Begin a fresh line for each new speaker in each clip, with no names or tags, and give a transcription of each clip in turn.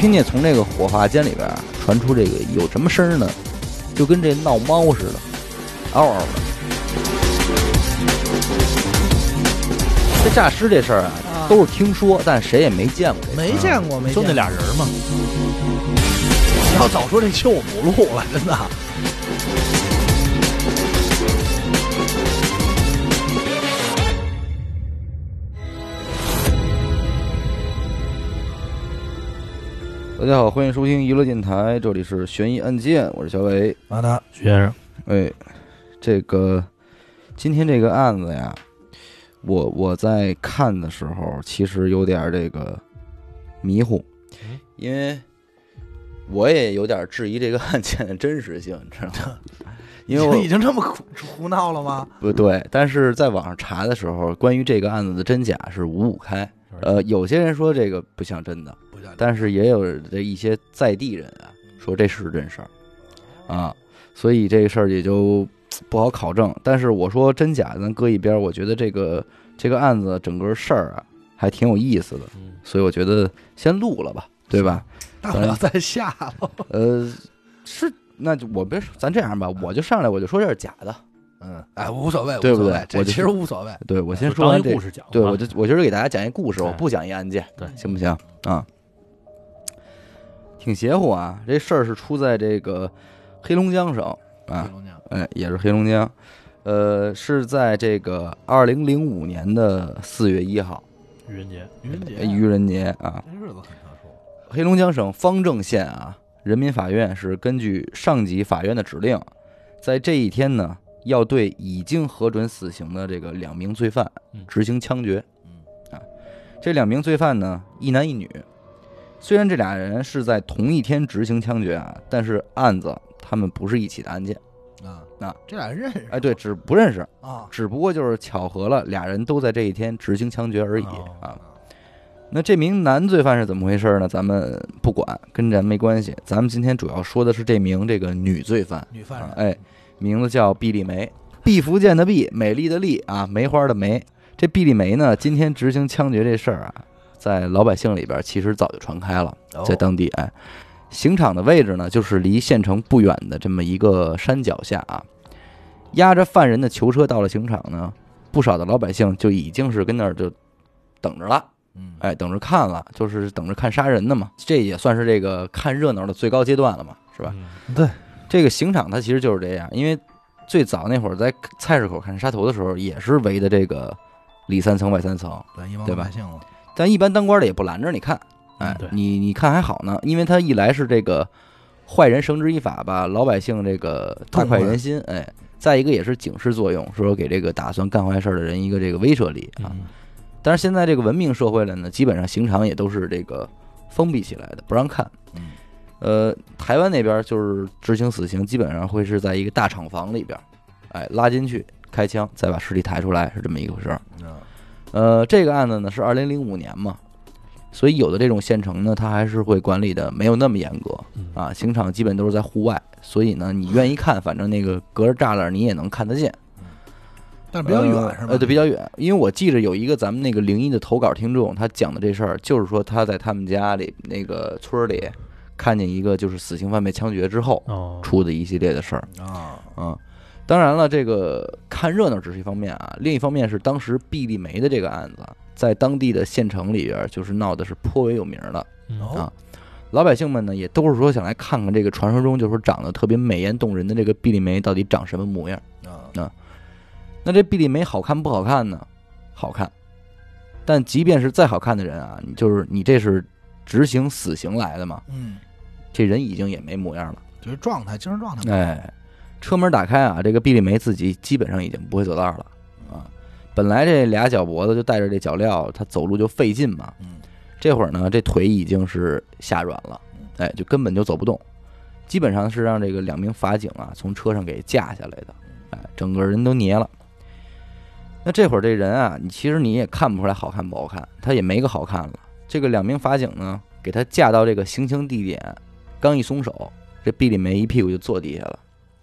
听见从这个火化间里边儿传出这个有什么声儿呢？就跟这闹猫似的，嗷嗷的。这诈尸这事儿啊，
啊
都是听说，但谁也没见过这事儿。
没见过，没
就
见
那
过。
俩人嘛。你要早说这 期我不录了，真的。
大家好，欢迎收听娱乐电台，这里是悬疑案件，我是小伟。
完了，
徐先生，
哎，这个今天这个案子呀，我我在看的时候，其实有点这个迷糊，因为我也有点质疑这个案件的真实性，你知道吗？ 因为我
已经这么胡胡闹了吗？
不对，但是在网上查的时候，关于这个案子的真假是五五开。呃，有些人说这个不像真的，
不像
但是也有这一些在地人啊说这是真事儿
哦
啊，所以这个事儿也就嘖不好考证。但是我说真假咱搁一边儿，我觉得这个这个案子整个事儿啊还挺有意思的，
嗯
所以我觉得先录了吧，对啊吧？
大不了再下了。
呃，是，那就我别说，咱这样吧，我就上来我就说这是假的，
嗯，哎，无所谓，
对不
无所
对
谓这
我就
其实无所谓。
对我
我
先说完
哎当
这
一
个
故事讲吧。
对，我就我就是给大家讲一故事，
哎
我不讲一案件，
对
嗯
行不行啊？挺邪乎啊！这事儿是出在这个黑龙江省啊，
姑娘
哎，也是黑龙江，呃，是在这个二零零五年的四月一号，
愚人节，
愚人节，
哎愚人节啊，
这日子很特殊。
黑龙江省方正县啊，人民法院是根据上级法院的指令，在这一天呢，要对已经核准死刑的这个两名罪犯
嗯
执行枪决
嗯。
啊，这两名罪犯呢，一男一女。虽然这俩人是在同一天执行枪决啊，但是案子他们不是一起的案件。
啊，
啊
这俩人认识
哎，对，只不认识，
啊，
只不过就是巧合了，俩人都在这一天执行枪决而已
哦
啊。那这名男罪犯是怎么回事呢？咱们不管，跟咱没关系。咱们今天主要说的是这名这个女罪犯，
女犯
啊
人，
哎，名字叫毕丽梅，毕福剑的毕，美丽的丽啊，梅花的梅。这毕丽梅呢，今天执行枪决这事儿啊，在老百姓里边其实早就传开了，
哦
在当地哎，刑场的位置呢，就是离县城不远的这么一个山脚下啊。押着犯人的囚车到了刑场呢，不少的老百姓就已经是跟那儿就等着了。
嗯，
哎，等着看了，就是等着看杀人的嘛，这也算是这个看热闹的最高阶段了嘛，是吧？
嗯，
这个刑场它其实就是这样，因为最早那会儿在菜市口看杀头的时候，也是围的这个里三层外三层，
对，一帮
对
老
吧
百姓嘛，
但一般当官的也不拦着你看，哎
嗯对，
你你看还好呢，因为他一来是这个坏人绳之以法吧，老百姓这个大快人心，哎，再一个也是警示作用，说给这个打算干坏事儿的人一个这个威慑力啊。
嗯
但是现在这个文明社会了呢，基本上刑场也都是这个封闭起来的，不让看。
嗯
呃，台湾那边就是执行死刑，基本上会是在一个大厂房里边，哎，拉进去开枪，再把尸体抬出来，是这么一个回事儿。
啊
呃，这个案子呢是二零零五年嘛，所以有的这种县城呢，它还是会管理的没有那么严格
嗯
啊，刑场基本都是在户外，所以呢，你愿意看，反正那个隔着栅栏你也能看得见。
但是比较
呃
远是吧？
呃，对，比较远。因为我记着有一个咱们那个灵异的投稿听众，他讲的这事儿，就是说他在他们家里那个村儿里看见一个就是死刑犯被枪决之后
哦，
出的一系列的事儿
啊，
啊。当然了，这个看热闹只是一方面啊，另一方面是当时毕丽梅的这个案子，在当地的县城里边儿就是闹的是颇为有名儿的，
哦
啊老百姓们呢也都是说想来看看这个传说中就是说长得特别美艳动人的这个毕丽梅到底长什么模样。
啊，
那这毕丽梅好看不好看呢？好看，但即便是再好看的人啊，你就是你这是执行死刑来的嘛，
嗯，
这人已经也没模样了。
就是状态，精神状态。
哎，车门打开啊，这个毕丽梅自己基本上已经不会走道了啊。本来这俩脚脖子就带着这脚镣，她走路就费劲嘛。
嗯，
这会儿呢，这腿已经是下软了，哎，就根本就走不动，基本上是让这个两名法警啊从车上给架下来的，哎，整个人都捏了。那这会儿这人啊，你其实你也看不出来好看不好看，他也没个好看了。这个两名法警呢，给他架到这个行刑地点，刚一松手，这毕丽梅一屁股就坐地下了，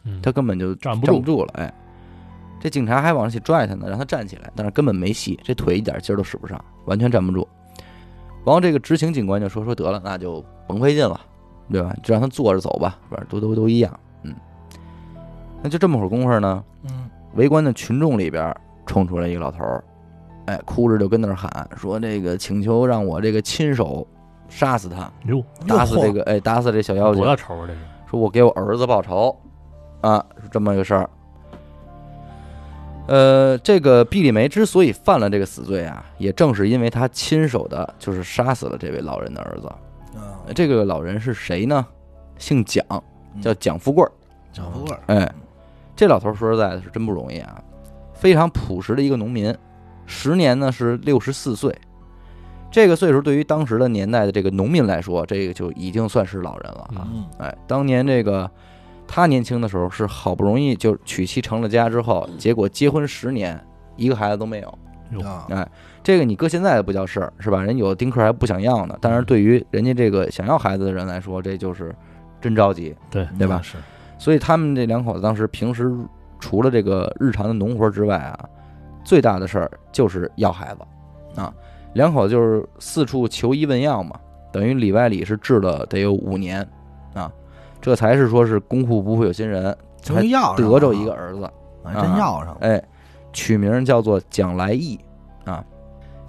嗯
他根本就
站
站
不住
住了，哎。这警察还往上去拽他呢，让他站起来，但是根本没戏，这腿一点劲儿都使不上，完全站不住。然后这个执行警官就说：“说得了，那就不甭费劲了，对吧？就让他坐着走吧，反正都都都一样。嗯，那就这么会儿功夫呢，
嗯，
围观的群众里边冲出来一个老头儿，哎，哭着就跟那儿喊说：“这个请求让我这个亲手杀死他，
哟，
嗯
打死这个哎，打死这小妖精
多。大仇啊这是？
说我给我儿子报仇，啊，是这么个事儿。呃，这个毕丽梅之所以犯了这个死罪啊，也正是因为她亲手的，就是杀死了这位老人的儿子。呃
啊，
这个老人是谁呢？姓蒋，叫蒋富贵儿。
嗯小福味儿，
哎，这老头儿说实在的是真不容易啊，非常朴实的一个农民，时年呢是六十四岁。这个岁数对于当时的年代的这个农民来说，这个就已经算是老人了啊。
嗯，
嗯，
哎，当年这个他年轻的时候是好不容易就娶妻成了家之后，结果结婚十年一个孩子都没有，
哟
啊，
这个你搁现在不叫事儿是吧？人有的丁克还不想要呢。当然，对于人家这个想要孩子的人来说，这就是真着急。
对，
对吧
那是，
所以他们这两口子当时平时除了这个日常的农活之外啊，最大的事儿就是要孩子啊。两口子就是四处求医问药嘛，等于里外里是治了得有五年啊，这才是说是功夫不负有心人，
终于要上了
得着一个，儿子，
还真要上了，
哎，取名叫做蒋来义啊。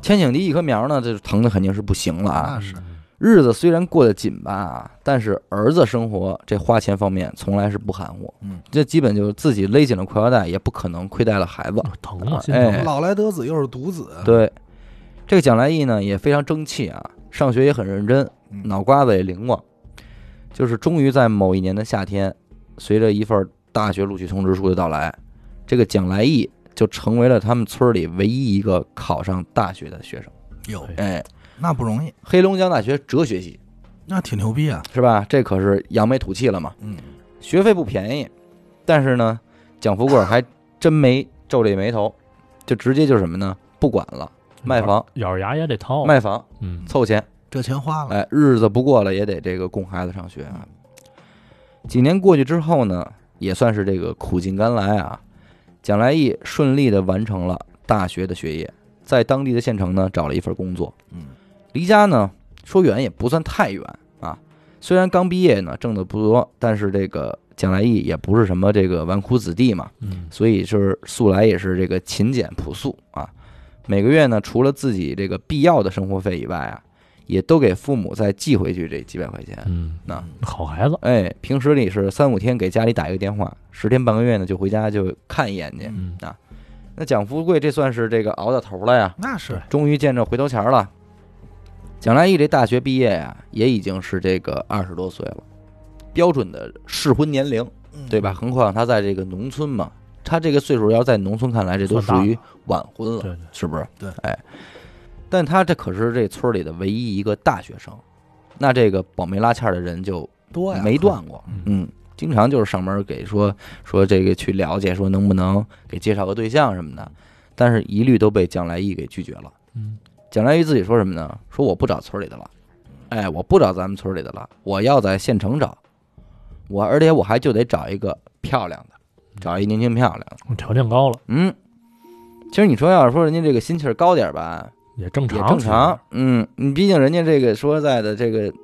千顷地一棵苗呢，这疼的肯定是不行了啊。
那是
嗯
日子虽然过得紧巴啊，但是儿子生活这花钱方面从来是不含糊，
嗯，
这基本就是自己勒紧了裤腰带，也不可能亏待了孩子。
哦疼吗？
啊
心疼
哎
老来得子又是独子，
对，这个蒋来义呢也非常争气啊，上学也很认真，
嗯
脑瓜子也灵光，就是终于在某一年的夏天，随着一份大学录取通知书的到来，这个蒋来义就成为了他们村里唯一一个考上大学的学生。
哟，
哎，
那不容易，
黑龙江大学哲学系
那挺牛逼啊，
是吧？这可是扬眉吐气了嘛。
嗯，
学费不便宜，但是呢，蒋富贵儿还真没皱这眉头，就直接就什么呢？不管了，卖房，
咬着牙也得掏。
卖房
嗯，
凑钱，
这钱花了，
哎，日子不过了也得这个供孩子上学啊。几年过去之后呢，也算是这个苦尽甘来啊。蒋来义顺利的完成了大学的学业，在当地的县城呢找了一份工作。
嗯，
离家呢说远也不算太远啊。虽然刚毕业呢，挣的不多，但是这个蒋来义也不是什么这个纨绔子弟嘛，
嗯，
所以就是素来也是这个勤俭朴素啊。每个月呢，除了自己这个必要的生活费以外啊，也都给父母再寄回去这几百块钱。
嗯，
那
好孩子，
哎，平时里是三五天给家里打一个电话，十天半个月呢就回家就看一眼去。
嗯，
那蒋富贵这算是这个熬到头了呀，
那是
对，
终于见着回头钱儿了。蒋来义这大学毕业呀、也已经是这个二十多岁了，标准的适婚年龄。
嗯
对吧？？何况他在这个农村嘛，他这个岁数要在农村看来，这都
算
属
大
于晚婚了，
对对，
是不是？
对，
哎，但他这可是这村里的唯一一个大学生，那这个保媒拉纤儿的人就
多呀，
没断过，
嗯
嗯，经常就是上门给说说这个去了解，说能不能给介绍个对象什么的，但是一律都被蒋来义给拒绝了。
嗯，
蒋来玉自己说什么呢？说我不找村里的了，哎，我不找咱们村里的了，我要在县城找，我而且我还就得找一个漂亮的，找一年轻漂亮的。
我条件高了
嗯，其实你说要是说人家这个心气儿高点儿吧，
也正
也
常，
正常。嗯，你毕竟人家这个说实在的，这个嘖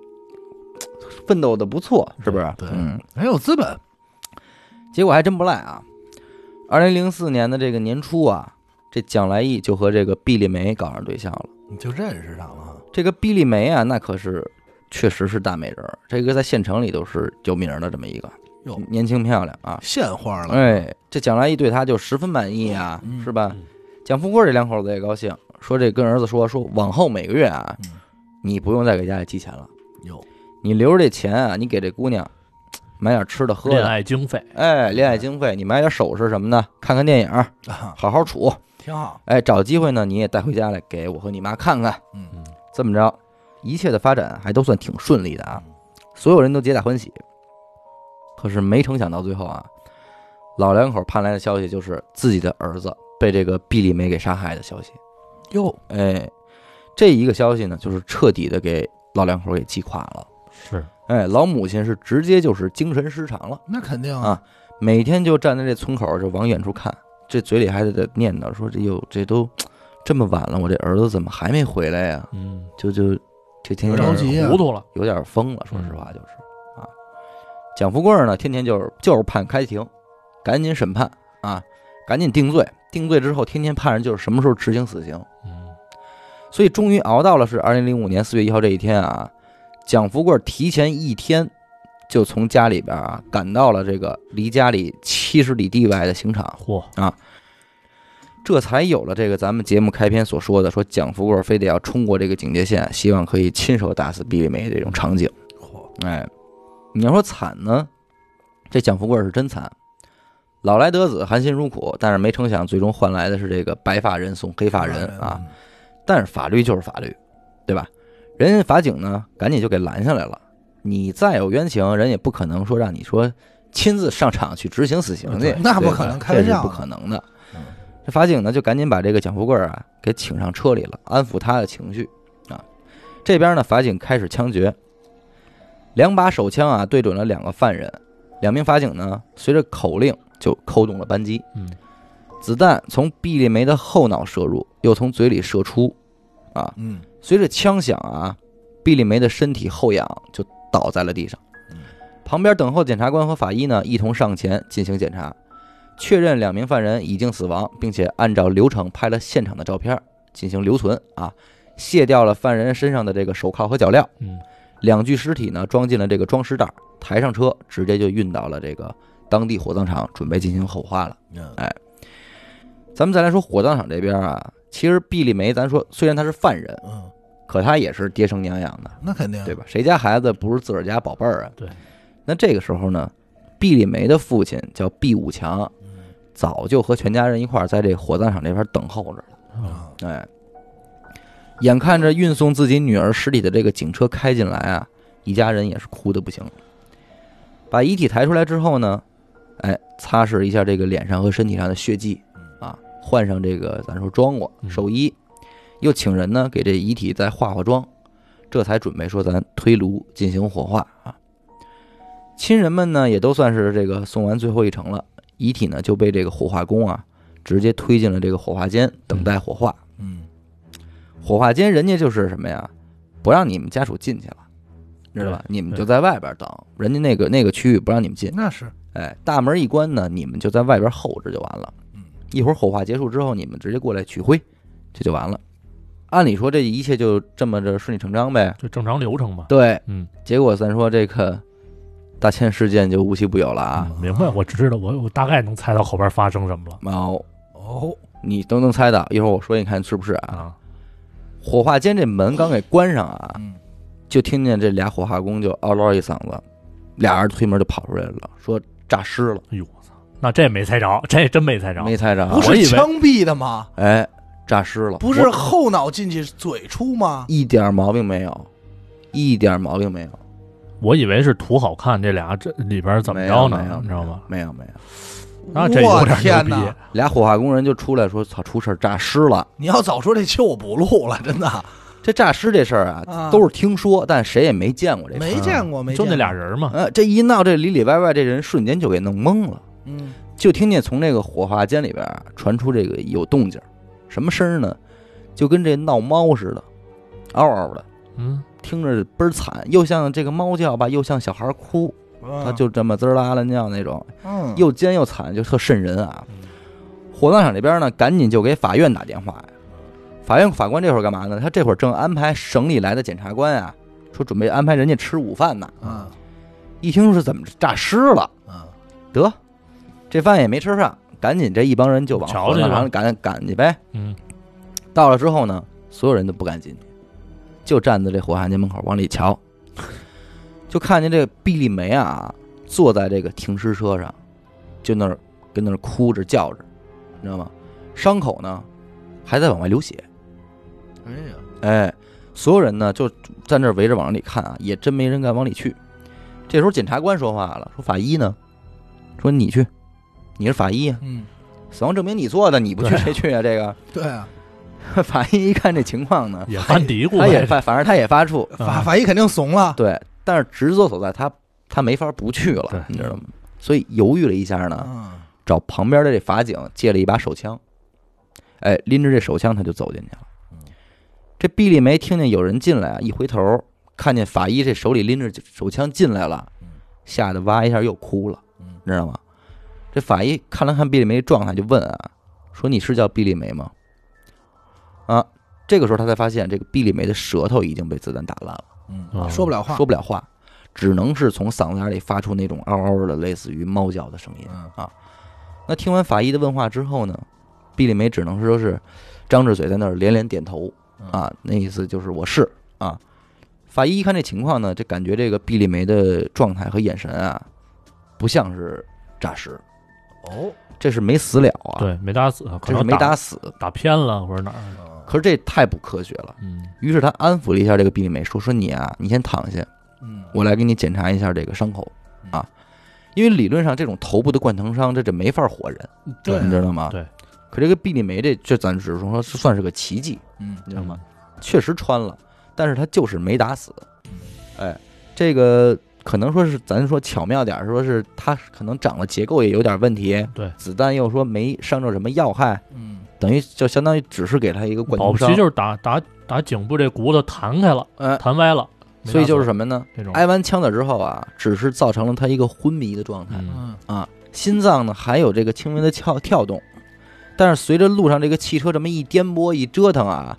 奋斗的不错，是不是？
对
嗯，
很有资本，
结果还真不赖啊。二零零四年的这个年初啊，这蒋来义就和这个毕丽梅搞上对象了。
你就认识上了，
这个毕丽梅啊，那可是确实是大美人儿，这个在县城里都是有名儿的这么一个
哟，
年轻漂亮啊。
现花了，
哎，这蒋来义对她就十分满意啊，
嗯
是吧
嗯？
蒋富贵这两口子也高兴，说这跟儿子说说，往后每个月啊
嗯，
你不用再给家里寄钱了，
哟，
你留着这钱啊，你给这姑娘买点吃的喝
恋
的，
爱经费，
哎，恋爱经费，你买点首饰什么的，看看电影儿，
啊，
好好处。
挺好，
哎，找机会呢，你也带回家来给我和你妈看看。
嗯，
这么着，一切的发展还都算挺顺利的啊，
嗯
所有人都皆大欢喜。可是没成想到最后啊，老两口盼来的消息就是自己的儿子被这个毕丽梅给杀害的消息。
哟，
哎，这一个消息呢，就是彻底的给老两口给击垮了。
是
哎，老母亲是直接就是精神失常了，
那肯定
啊每天就站在这村口就往远处看，这嘴里还得念哎叨说：“这哟，这都这么晚了，我这儿子怎么还没回来呀、
嗯，
就就这天天
有
就
点着
是
急啊
糊涂了，
有点疯了，说实话就是啊。蒋富贵呢，天天就是就是盼开庭，赶紧审判啊，赶紧定罪。定罪之后，天天盼着就是什么时候执行死刑。
嗯，
所以终于熬到了是二零零五年四月一号这一天啊，蒋富贵提前一天就从家里边啊赶到了这个离家里七十里地外的刑场，
嚯，
这才有了这个咱们节目开篇所说的说蒋富贵非得要冲过这个警戒线，希望可以亲手打死毕丽梅这种场景。
嚯，
哎，你要说惨呢，这蒋富贵是真惨，老来得子，含辛茹苦，但是没成想最终换来的是这个白发人送黑发人啊。
嗯，
但是法律就是法律，对吧？人家法警呢，赶紧就给拦下来了。你再有冤情，人也不可能说让你说亲自上场去执行死刑去
嗯对，那不可
对吧
能开玩
这是
笑
不可能的
嗯。
这法警呢，就赶紧把这个蒋富贵啊给请上车里了，安抚他的情绪啊。这边呢，法警开始枪决，两把手枪啊对准了两个犯人，两名法警呢随着口令就扣动了扳机。
嗯，
子弹从毕丽梅的后脑射入，又从嘴里射出，啊，
嗯，
随着枪响啊，毕丽梅的身体后仰，就倒在了地上
嗯。
旁边等候检察官和法医呢，一同上前进行检查，确认两名犯人已经死亡，并且按照流程拍了现场的照片进行留存啊，卸掉了犯人身上的这个手铐和脚镣，
嗯，
两具尸体呢装进了这个装尸袋，抬上车，直接就运到了这个当地火葬场，准备进行火化了。
嗯
咱们再来说火葬场这边啊，其实毕丽梅，咱说虽然她是犯人，
嗯，
可她也是爹生娘养的，
那肯定
对吧？谁家孩子不是自个儿家宝贝儿啊？
对。
那这个时候呢，毕丽梅的父亲叫毕武强，早就和全家人一块儿在这火葬场这边等候着
啊
啊，
了。哎，眼看着运送自己女儿尸体的这个警车开进来啊，一家人也是哭的不行了。把遗体抬出来之后呢，哎，擦拭一下这个脸上和身体上的血迹，
嗯
啊，换上这个咱说装过
嗯
寿衣，又请人呢给这遗体再化化妆，这才准备说咱推炉进行火化啊。亲人们呢也都算是这个送完最后一程了，遗体呢就被这个火化工啊直接推进了这个火化间，等待火化。
嗯，
火化间人家就是什么呀，不让你们家属进去了，知道吧？你们就在外边等，人家那个那个区域不让你们进。
嗯那是
哎，大门一关呢，你们就在外边候着就完了
嗯。
一会儿火化结束之后，你们直接过来取灰，这就完了。按理说这一切就这么着顺理成章呗。
就正常流程嘛，
对，
嗯，
结果咱说这个大千事件就无奇不有了啊。
明白，我知道，我我大概能猜到后边发生什么了
猫，
哦，
你都能猜到，一会儿我说你看是不是啊？
啊，
火化间这门刚给关上啊，
嗯
就听见这俩火化工就嗷唠一嗓子，俩人推门就跑出来了，说诈尸了，
哎呦我操，那这没猜着，这真没猜着，
没猜着啊，
不
我以
是
为
枪毙的吗？
哎，诈尸了，
不是后脑进去嘴出吗？
一点毛病没有，一点毛病没有，
我以为是图好看，这俩这里边怎么着
没有没
呢
有？
你知道吗？
没有没有，
那啊这有
我
点
天
牛逼
哪！，
俩火化工人就出来说：“操，出事儿，诈尸了
你要早说这期我不录了，真的！”
这诈尸这事儿啊，
啊
都是听说，但谁也没见过这事儿。
没见过，没
就那俩
人，
人嘛，
呃，这一闹，这里里外外这人瞬间就给弄懵了，
嗯，
就听见从这个火化间里边啊传出这个有动静儿，什么声儿呢？就跟这闹猫似的，嗷嗷的，
嗯，
听着倍儿惨，又像这个猫叫吧，又像小孩哭，它
他
就这么滋儿啦啦尿那种。
嗯
又尖又惨，就特瘆人啊
嗯。
火葬场这边呢，赶紧就给法院打电话呀。法院法官这会儿干嘛呢？他这会儿正安排省里来的检察官啊，说准备安排人家吃午饭呢。
嗯
一听说是怎么着诈尸了，
嗯
得这饭也没吃上，赶紧这一帮人就往
瞧
火
去吧
葬场赶赶去呗。
嗯，
到了之后呢，所有人都不敢进去，就站在这火化间门口往里瞧， 就看见这个毕丽梅啊，坐在这个停尸车上，就那儿跟那儿哭着叫着，你知道吗？伤口呢还在往外流血，
哎呀，
哎，所有人呢就在那儿围着往里看啊，也真没人敢往里去。这时候检察官说话了，说法医呢，说你去，你是法医呀、
嗯，
死亡证明你做的，你不去
对啊
谁去啊？这个
对啊，
法医一看这情况呢，
也犯嘀咕
哎他也
呗，
发，反正他也发怵，
法法医肯定怂了，
对，但是职责所在，他他没法不去
对
了，你知道吗？所以犹豫了一下呢，
嗯，
找旁边的这法警借了一把手枪，哎，拎着这手枪他就走进去了
嗯。
这毕丽梅听见有人进来啊，一回头看见法医这手里拎着手枪进来了，吓得哇一下又哭了，
嗯
你知道吗？这法医看了看毕丽梅状态，就问啊，说你是叫毕丽梅吗？啊，这个时候他才发现这个毕丽梅的舌头已经被子弹打烂了。
啊
嗯，说不了话，
说不了话，只能是从嗓子眼里发出那种嗷嗷的类似于猫叫的声音
嗯
啊。那听完法医的问话之后呢，毕丽梅只能说是张着嘴在那儿连连点头
嗯
啊，那意思就是我是啊。法医一看这情况呢，就感觉这个毕丽梅的状态和眼神啊，不像是诈尸，
哦，
这是没死了啊，
对，没打死，可
这是
能
没
打
打死。
打偏了或者哪儿，
可是这太不科学了。
嗯，
于是他安抚了一下这个毕丽梅，说：“说你啊，你先躺下，
嗯，
我来给你检查一下这个伤口
嗯
啊，因为理论上这种头部的贯疼伤，这这没法活人，
对啊
你知道吗？
对。
可这个毕丽梅这这咱只是说是算是个奇迹，
嗯
你知道吗？确实穿了，但是他就是没打死。
嗯
哎，这个可能说是咱说巧妙点儿，说是他可能长了结构也有点问题，
对，
子弹又说没伤着什么要害，
嗯，
等于就相当于只是给他一个贯
保
通
不齐
伤，
就是打打打颈部这骨头弹开了，
哎，
弹歪了，没
所以
打
就是
死
什么呢？
这种，
挨完枪子之后啊，只是造成了他一个昏迷的状态。
嗯，
嗯
啊，心脏呢还有这个轻微的跳跳动，但是随着路上这个汽车这么一颠簸一折腾啊，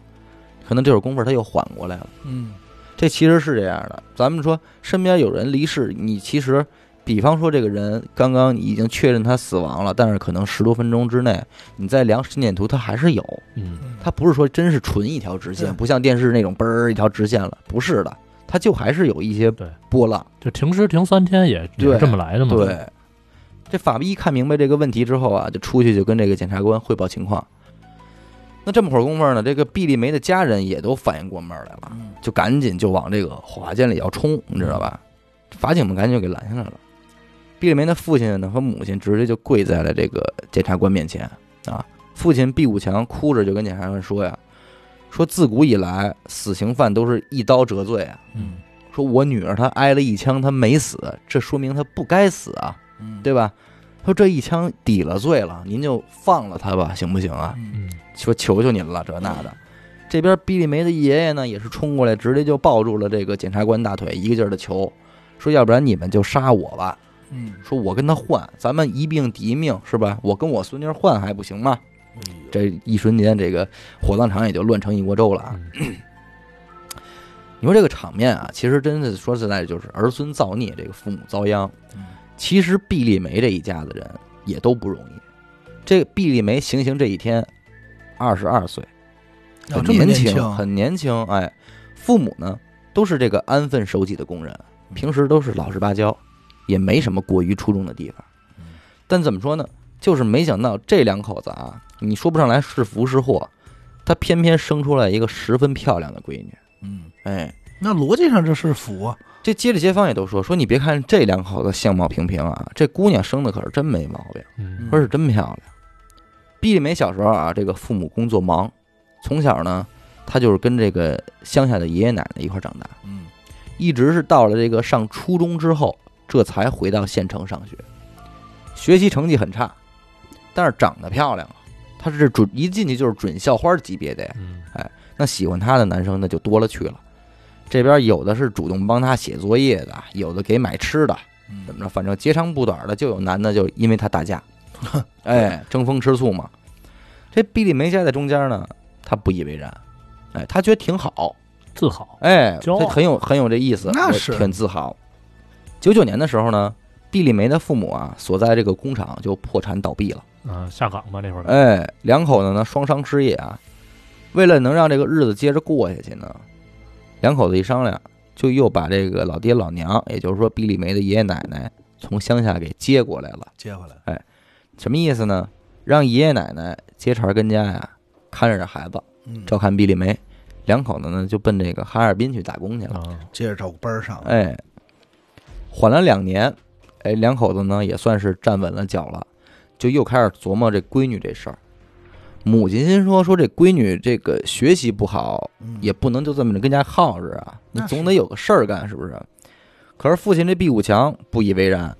可能这会儿功夫他又缓过来了。
嗯，
这其实是这样的，咱们说身边有人离世，你其实，比方说这个人刚刚已经确认他死亡了，但是可能十多分钟之内，你再量心电图，他还是有，
嗯，
他不是说真是纯一条直线，
对
不像电视那种嘣儿一条直线了，不是的，他就还是有一些
对
波浪。
就停尸停三天也也
对
是这么来的嘛，
对，这法医看明白这个问题之后啊，就出去就跟这个检察官汇报情况。那这么会儿功夫呢，这个毕丽梅的家人也都反应过味儿来了，
嗯
就赶紧就往这个火间里要冲，你知道吧？法警们赶紧就给拦下来了。毕丽梅的父亲呢和母亲直接就跪在了这个检察官面前啊。父亲毕武强哭着就跟检察官说呀：“说自古以来，死刑犯都是一刀折罪啊，
嗯
说我女儿她挨了一枪，她没死，这说明她不该死啊，
嗯，
对吧？说这一枪抵了罪了，您就放了她吧，行不行啊？
嗯，
嗯，
说求求您了，这那的。这边毕丽梅的爷爷呢，也是冲过来，直接就抱住了这个检察官大腿，一个劲儿的求，说要不然你们就杀我吧，
嗯，
说我跟他换，咱们一命抵一命，是吧？我跟我孙女儿换还不行吗？这一瞬间，这个火葬场也就乱成一锅粥了啊！
嗯
你说这个场面啊，其实真的说实在，就是儿孙造孽，这个父母遭殃。其实毕丽梅这一家子人也都不容易。这毕丽梅行刑这一天，二十二岁，
要
很
哦这么
年
轻，
很年轻。哎，父母呢都是这个安分守己的工人，平时都是老实巴交，也没什么过于出众的地方
嗯。
但怎么说呢，就是没想到这两口子啊，你说不上来是福是祸，他偏偏生出来一个十分漂亮的闺女。
嗯，
哎，
那逻辑上这是福啊，
这街里街坊也都说说，你别看这两口子相貌平平啊，这姑娘生的可是真没毛病，
嗯，
说是真漂亮。毕丽梅小时候啊，这个父母工作忙，从小呢，她就是跟这个乡下的爷爷奶奶一块儿长大，
嗯
一直是到了这个上初中之后，这才回到县城上学。学习成绩很差，但是长得漂亮啊，她是准一进去就是准校花级别的呀。
嗯，
那喜欢她的男生那就多了去了。这边有的是主动帮她写作业的，有的给买吃的，
嗯，
怎么着？反正截长补短的，就有男的就因为她打架，哎，争风吃醋嘛。这毕丽梅夹在中间呢，她不以为然，哎，她觉得挺好，
自好，
哎，
骄傲
她很有很有这意思，
那
我
是
挺自豪。九九年的时候呢，毕丽梅的父母啊所在这个工厂就破产倒闭了。
嗯，下岗吧那会儿，
哎，两口子呢双双失业啊，为了能让这个日子接着过下去呢，两口子一商量，就又把这个老爹老娘，也就是说毕丽梅的爷爷奶奶，从乡下给接过来了。
接回来，
什么意思呢？让爷爷奶奶接茬儿跟家呀，看着这孩子，
嗯，
照看毕丽梅。两口子呢就奔这个哈尔滨去打工去了。
啊，
接着照顾班儿上，
哎，缓了两年，哎，两口子呢也算是站稳了脚了，就又开始琢磨这闺女这事儿。母亲心说说这闺女这个学习不好，
嗯
也不能就这么着跟家耗着啊，你
那是
总得有个事儿干，是不是？可是父亲这毕武强不以为然，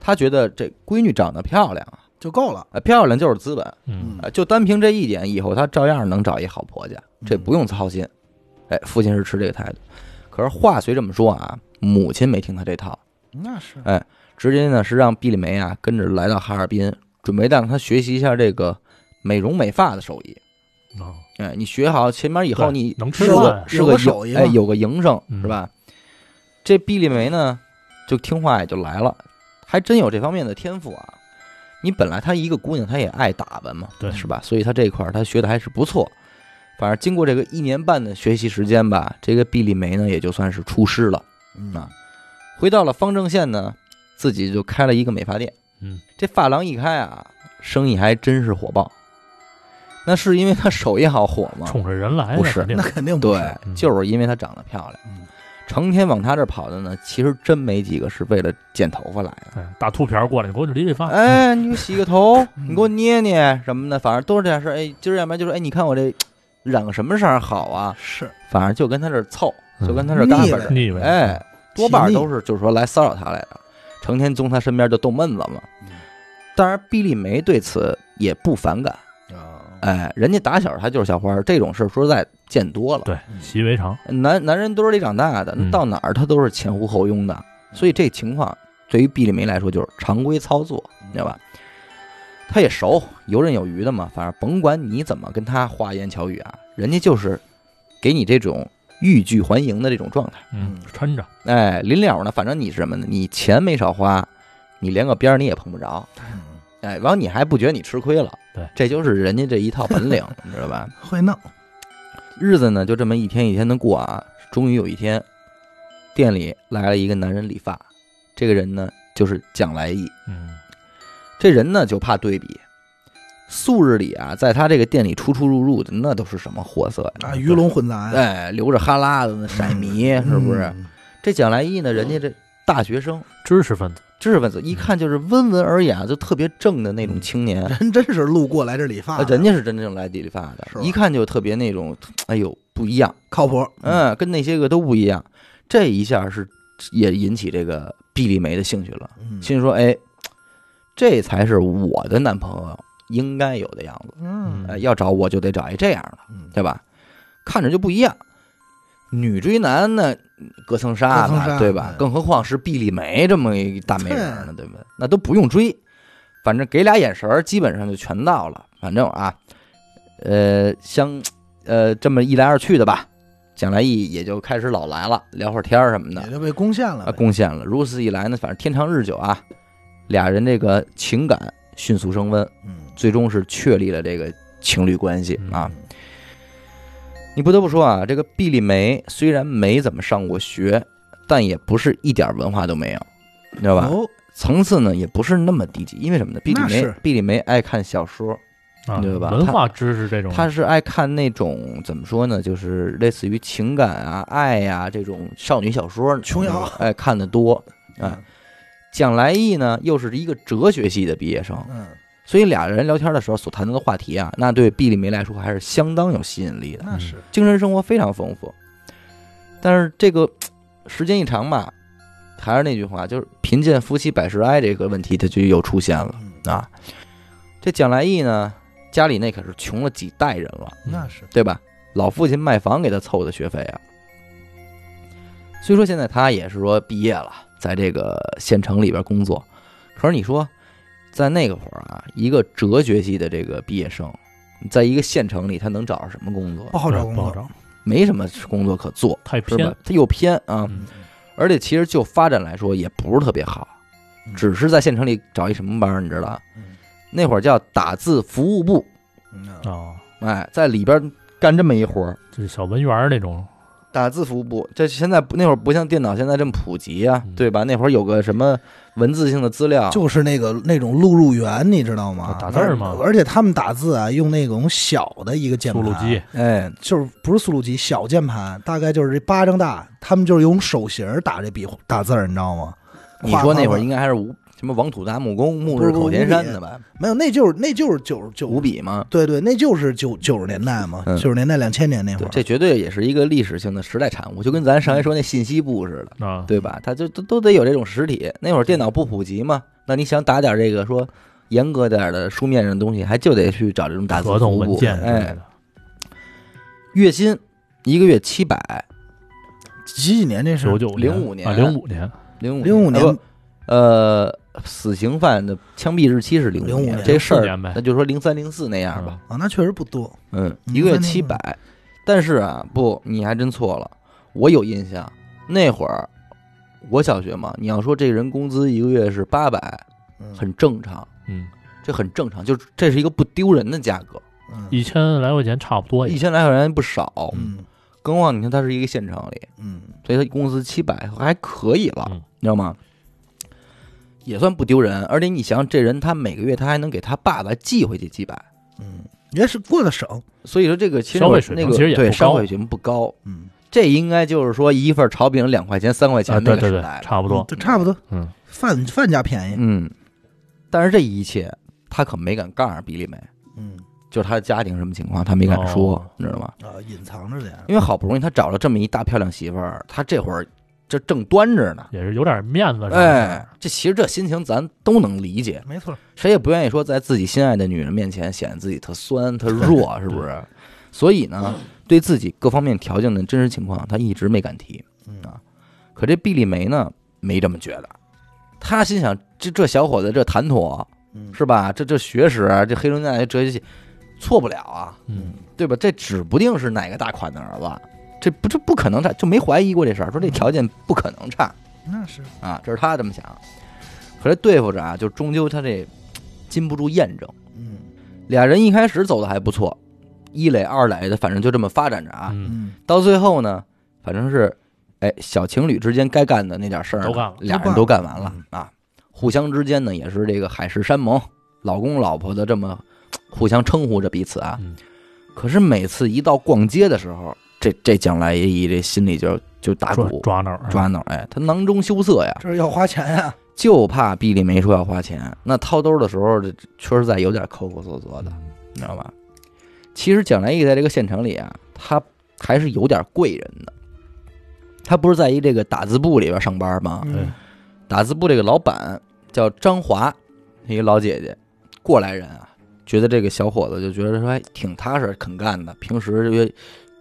他觉得这闺女长得漂亮啊，
就够了，
呃漂亮就是资本，
嗯
嗯
呃就单凭这一点，以后她照样能找一好婆家，这
嗯
不用操心。哎，父亲是持这个态度。可是话虽这么说啊，母亲没听他这套，
那是
直接呢是让毕丽梅啊跟着来到哈尔滨，准备让她学习一下这个美容美发的手艺。
啊，
哎，你学好前面以后
对
你
能吃
是个
饭
是
有
个
个手艺
营哎
嘛
有个营生
嗯
是吧？这毕丽梅呢就听话也就来了，还真有这方面的天赋啊。你本来她一个姑娘，她也爱打扮嘛，
对
是吧？所以她这块儿她学的还是不错。反正经过这个一年半的学习时间吧，这个毕丽梅呢也就算是出师了。
嗯
啊回到了方正县呢，自己就开了一个美发店。
嗯，
这发廊一开啊，生意还真是火爆。那是因为她手艺好火吗？
冲着人来的
啊不是
肯定
那肯定不
对
是。，
嗯
就是因为她长得漂亮，
嗯
成天往她这儿跑的呢，其实真没几个是为了剪头发来的。
哎大秃瓢儿过来，你给我理理发，
哎，你给我洗个头，
嗯
你给我捏捏什么的，反正都是这样事儿。哎，今儿要不然就是哎，你看我这染个什么色儿好啊？
是
反正就跟她这儿凑，
嗯
就跟她这儿干
腻
巴
歪
着。
腻歪，
哎，多
起
半儿
腻
都是就是说来骚扰她来的，成天从她身边就逗闷子嘛
嗯。
当然，毕丽梅对此也不反感。
啊，
哎，人家打小她就是小花儿，这种事儿说实在见多了。
对，习以为常，
男男人堆里长大的，那
嗯
到哪儿他都是前呼后拥的，所以这情况对于毕丽梅来说就是常规操作，你知道吧？他也熟，游刃有余的嘛，反正甭管你怎么跟他花言巧语啊，人家就是给你这种欲拒还迎的这种状态。
嗯
嗯，
抻着，
哎，临了呢，反正你是什么呢？你钱没少花，你连个边儿你也碰不着，
嗯
哎，完了你还不觉得你吃亏了？
对
这就是人家这一套本领，你知道吧？
会弄，啊
日子呢就这么一天一天的过啊。终于有一天，店里来了一个男人理发，这个人呢就是蒋来义。
嗯，
这人呢就怕对比，素日里啊，在他这个店里出出入入的那都是什么货色呀？
啊，鱼龙混杂呀，
哎，流着哈喇子那色迷嗯哎是不是？
嗯？
这蒋来义呢，人家这大学生。
知识分子，
知识分子一看就是温文尔雅，就特别正的那种青年，
人真是路过来这理发
啊
的，
人家是真正来理发
是
的，
吧
一看就特别那种，哎呦不一样，
靠谱。
嗯，跟那些个都不一样。这一下是也引起这个毕丽梅的兴趣了，
嗯
心说，哎，这才是我的男朋友应该有的样子，
嗯
呃，
嗯
要找我就得找一这样的，
嗯，
对吧？看着就不一样。女追男呢，隔层纱
隔层
吧，
纱
对吧？
嗯
更何况是毕丽梅这么一大美人儿呢，
对
对不对？那都不用追，反正给俩眼神儿，基本上就全到了。反正啊，呃，相呃这么一来二去的吧，蒋来义也就开始老来了，聊会儿天儿什么的
也，就被攻陷了
啊，
呗，
贡献了。如此一来呢，反正天长日久啊，俩人这个情感迅速升温，
嗯
最终是确立了这个情侣关系啊。
嗯
你不得不说啊，这个毕丽梅虽然没怎么上过学，但也不是一点文化都没有，你知道吧？
哦，
层次呢也不是那么低级，因为什么呢？毕丽
那
梅
是，
毕丽梅爱看小说，
啊，
对吧
文
他
化知识这种，
她是爱看那种怎么说呢，就是类似于情感啊、爱呀、这种少女小说，
琼瑶
哎看的多。哎，蒋来义呢又是一个哲学系的毕业生，
嗯，
所以俩人聊天的时候所谈到的话题啊，那对毕丽梅来说还是相当有吸引力的，
那是
精神生活非常丰富。但是这个时间一长吧，还是那句话，就是贫贱夫妻百事哀这个问题，它就又出现了
嗯
啊。这蒋来义呢，家里那可是穷了几代人了，
嗯
那是
对吧？老父亲卖房给他凑的学费啊。虽说现在他也是说毕业了，在这个县城里边工作，可是你说，在那个会儿啊，一个哲学系的这个毕业生，在一个县城里，他能找着什么工作？
不好找
对
工
不好
作，
找，
没什么工作可做，
太
是
偏
吧，？他又偏啊，
嗯
而且其实就发展来说也不是特别好，
嗯
只是在县城里找一什么班儿，你知道？
嗯
那会儿叫打字服务部，
嗯啊
啊，
哎，在里边干这么一活儿，
就是小文员儿那种，
打字服务部，这现在不那会儿不像电脑现在这么普及啊
嗯，
对吧？那会儿有个什么文字性的资料，
就是那个那种录入员，你知道吗
啊？打字儿吗
而而且他们打字啊，用那种小的一个键
速
盘，
录机，
哎，
就是不是速录机，小键盘，大概就是这巴掌大。他们就是用手型儿打这笔打字儿，你知道吗？
你说那会
夸夸
儿
夸
应该还是五什么王土大木工、木
不是
日口田山的吧？
没有，那就是那就是九十九
五，笔吗？
对对，那就是九九十年代嘛，
嗯
九十年代两千年那会
对
儿，，
这绝对也是一个历史性的时代产物，就跟咱上回说那信息部似的，
啊，
对吧？它就都都得有这种实体。那会儿电脑不普及嘛，那你想打点这个说严格点儿的书面上的东西，还就得去找这种打字哎嗯服
合同
务
文
部。
件之类
哎，
的，
月薪一个月七百，
几几年这是
九？九
05年
啊，零五年，
零五啊
零五年，
呃，死刑犯的枪毙日期是零
05
年，
年
这事
四
儿
年呗
那就说零三零四那样吧，
啊，那确实不多。
嗯，
嗯
一个月
03
七
年
百，但是啊，不，你还真错了，我有印象，那会儿我小学嘛，你要说这人工资一个月是八百，
嗯
很正常，
嗯，
这很正常，就是这是一个不丢人的价格，
嗯
一千来块钱差不多也
一，千来块钱不少，
哎嗯
更何况你看他是一个县城里，
嗯
所以他工资七百还可以了，
嗯
你知道吗？也算不丢人，而且你想想，这人他每个月他还能给他爸爸寄回去几百，
嗯，也是过得省。
所以说这个其实
消费水平
那个
其实也
对
不
消
高
费水平不高，
嗯，
这应该就是说一份炒饼两块钱三块
啊
钱那
对
个
对
时
对，
代了，
差不多
嗯，这差不多。
嗯，
饭饭价便宜。
嗯，但是这一切他可没敢告诉比利梅，
嗯
就是他的家庭什么情况他没敢说，
哦
你知道吗？
啊，隐藏着点儿。
因为好不容易他找了这么一大漂亮媳妇儿，他这会儿这正端着呢，
也是有点面子上的事儿，
哎，这其实这心情咱都能理解，
没错，
谁也不愿意说在自己心爱的女人面前显得自己特酸、特弱，是不是？所以呢，对自己各方面条件的真实情况，他一直没敢提
嗯
啊。可这毕丽梅呢，没这么觉得，她心想：这这小伙子这谈吐
嗯
是吧？这这学识，啊这黑龙江这哲学系，错不了啊，
嗯，
对吧？这指不定是哪个大款的儿子，这不这不可能差，就没怀疑过这事儿，说这条件不可能差。
那是
啊，这是他这么想。可是对付着啊，就终究他这禁不住验证。
嗯
俩人一开始走的还不错，一垒二垒的，反正就这么发展着啊。
嗯，
嗯
到最后呢，反正是哎，小情侣之间该干的那点事儿呢
都干了嗯
俩人都干完了啊。互相之间呢，也是这个海誓山盟，老公老婆的这么互相称呼着彼此啊。
嗯
可是每次一到逛街的时候，这这将来爷一这心里就就打
抓
鼓
抓那儿，
抓挠，哎，他囊中羞涩呀。
这是要花钱啊呀。
就怕毕丽梅说要花钱，那掏兜的时候，这说实在有点抠抠搜搜的，你知道吧？其实蒋来义在这个县城里啊，他还是有点贵人的。他不是在一这个打字部里边上班吗？
嗯
嗯
打字部这个老板叫张华，一个老姐姐，过来人啊，觉得这个小伙子就觉得说还哎挺踏实、肯干的，平时这个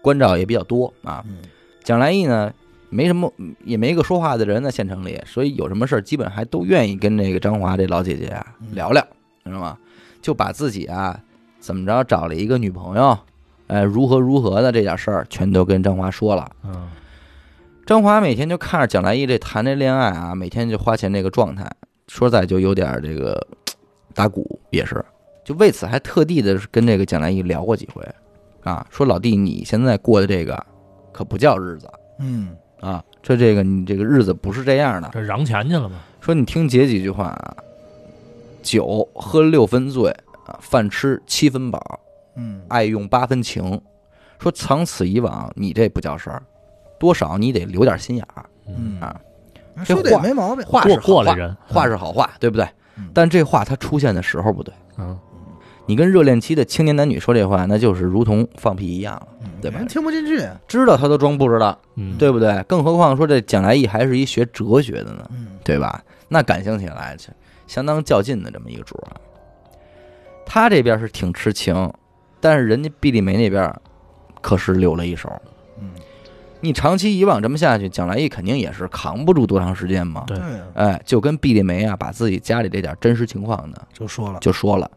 关照也比较多啊。
嗯
蒋来义呢，没什么，也没一个说话的人在县城里，所以有什么事儿，基本还都愿意跟这个张华这老姐姐啊
嗯
聊聊，你知道吗？就把自己啊怎么着找了一个女朋友，哎，如何如何的这点事儿，全都跟张华说了。
嗯，
张华每天就看着蒋来义这谈这恋爱啊，每天就花钱这个状态，说实在就有点儿这个打鼓，也是，就为此还特地的跟这个蒋来义聊过几回，啊，说老弟，你现在过的这个可不叫日子。
嗯
啊，说这个你这个日子不是这样的。
这嚷钱去了嘛，
说你听姐几句话啊，酒喝六分醉啊，饭吃七分饱，
嗯
爱用八分情。说长此以往，你这不叫事儿，多少你得留点心眼儿。
嗯
啊，这
说的也
话
没毛病。
话是
过
好
过来
话，
人，
话是好话，对不对
嗯？
但这话它出现的时候不对。
嗯，
你跟热恋期的青年男女说这话，那就是如同放屁一样了，嗯对吧
人听不进去。
知道他都装不知道，
嗯，
对不对？更何况说这蒋来义还是一学哲学的呢，
嗯
对吧？那感性起来是相当较劲的这么一个主啊。他这边是挺痴情，但是人家毕丽梅那边可是留了一手。
嗯，
你长期以往这么下去，蒋来义肯定也是扛不住多长时间嘛。
对
嗯对呀，
哎，就跟毕丽梅啊，把自己家里这点真实情况呢，
就说了，
就说了。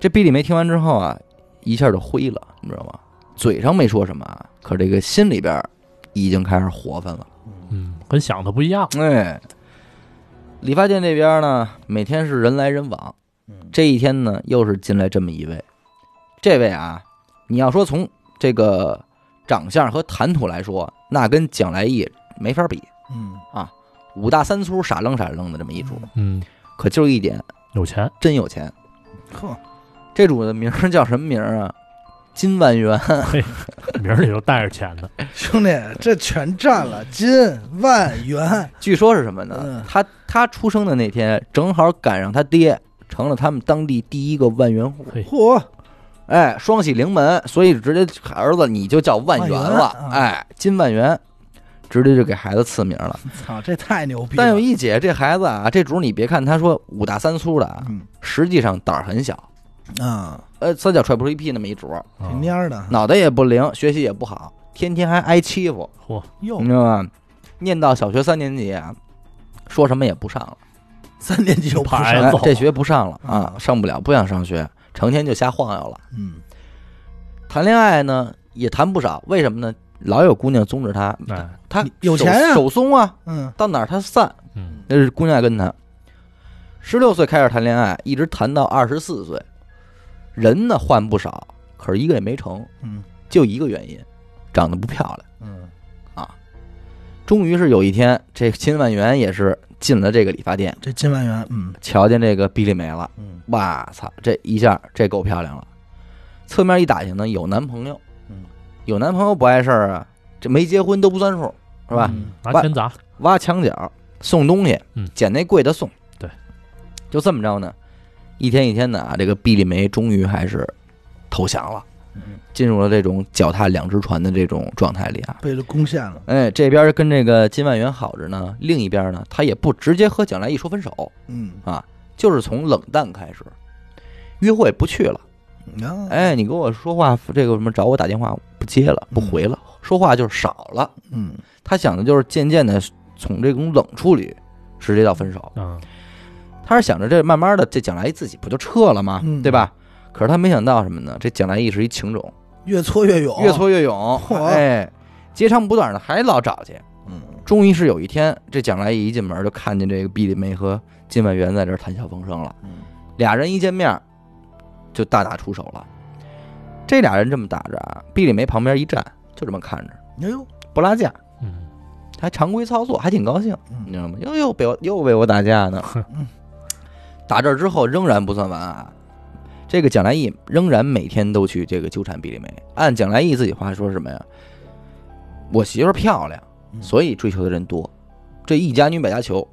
这毕丽梅听完之后啊，一下就灰了，你知道吗？嘴上没说什么啊，可这个心里边已经开始活泛了。
嗯，跟想的不一样，
哎，理发店这边呢，每天是人来人往。
嗯
这一天呢，又是进来这么一位，这位啊，你要说从这个长相和谈吐来说，那跟蒋来义没法比，
嗯
五大三粗、傻愣傻愣的这么一主。
嗯，
可就一点，
有钱，
真有钱。
呵，
这主的名儿叫什么名儿啊？金万元，
名儿里就带着钱 的，
兄弟，这全占了
嗯
金万元，
据说是什么呢
嗯？
他他出生的那天，正好赶上他爹成了他们当地第一个万元户。
嚯，
哎，双喜临门，所以直接儿子你就叫万元了，
万元啊
哎，金万元，直接就给孩子赐名了。
操，这太牛逼了！
但有一姐，这孩子啊，这主你别看他说五大三粗的啊，
嗯
实际上胆儿很小，
啊，
呃，三脚踹不出一屁那么一主，
啊
挺蔫儿的，
脑袋也不灵，学习也不好，天天还挨欺负，
嚯，
哟
你，知道吗？念到小学三年级啊，说什么也不上了，
三年级就不
爬挨
上，
哎
揍
这学不上了啊，上不了，不想上学，成天就瞎晃悠了。
嗯，
谈恋爱呢也谈不少，为什么呢？老有姑娘宗着他，
哎，
他
有
手
钱啊
手松啊，
嗯，
到哪儿他散，
嗯，
那是姑娘爱跟他。十六岁开始谈恋爱，一直谈到二十四岁，人呢换不少，可是一个也没成，
嗯，
就一个原因，长得不漂亮。
嗯，
终于是有一天，这秦万元也是进了这个理发店，
这金万元，嗯
瞧见这个比利梅了，
嗯
哇操，这一下这够漂亮了。侧面一打听呢，有男朋友，
嗯，
有男朋友不碍事儿啊，这没结婚都不算数，是吧？
嗯拿钱砸，
挖墙角送东西，
嗯
捡那贵的送。
对，
就这么着呢，一天一天的啊，这个毕丽梅终于还是投降了，
嗯，
进入了这种脚踏两只船的这种状态里啊。
被这攻陷了，
哎，这边跟这个金万元好着呢，另一边呢，他也不直接和蒋来义说分手，
嗯，
就是从冷淡开始，约会不去了。
然后，
哎，你跟我说话，这个什么找我打电话不接了，不回了，说话就是少了。
嗯，
他想的就是渐渐的从这种冷处理直接到分手。
嗯，
他是想着这慢慢的，这蒋来义自己不就撤了吗？
嗯
对吧？可是他没想到什么呢？这蒋来义是一情种，
越挫越勇，
越，挫越勇，
哦嚯
哎，截长补短的还老找去。
嗯，
终于是有一天，这蒋来义一进门就看见这个毕丽梅和金万元在这儿谈笑风生了。
嗯
俩人一见面就大打出手了。这俩人这么打着啊，毕丽梅旁边一站，就这么看着，
哎呦，
不拉架，
嗯，
还常规操作，还挺高兴，你
嗯
知道吗？又又被我又被我打架呢。打这儿之后仍然不算完啊，这个蒋来义仍然每天都去这个纠缠毕丽梅。按蒋来义自己话说是什么呀？我媳妇儿漂亮，
嗯
所以追求的人多，这一家女百家求，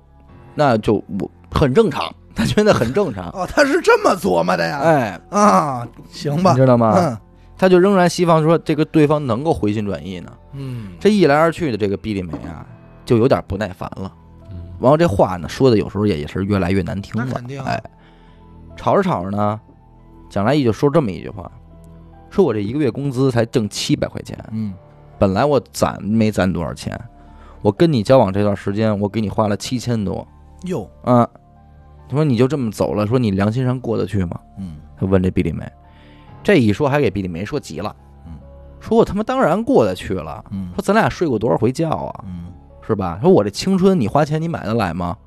那就我很正常，他觉得很正 常。
哦，他是这么琢磨的呀，
哎，
啊，行
你
吧，
知道吗？
嗯
他就仍然希望说这个对方能够回心转意呢。
嗯，
这一来二去的，这个毕丽梅啊，就有点不耐烦了。
嗯，
然后这话呢，说的有时候也也是越来越难听
那
了。
肯定啊，
哎，吵着吵着呢，蒋来义就说这么一句话，说我这一个月工资才挣七百块钱，
嗯
本来我攒没攒多少钱，我跟你交往这段时间，我给你花了七千多，
哟，
啊，他说你就这么走了，说你良心上过得去吗？
嗯
他问这毕丽梅，这一说还给毕丽梅说急了，
嗯，
说我他妈当然过得去了，
嗯
说咱俩睡过多少回觉啊？
嗯
是吧？说我这青春你花钱你买得来吗？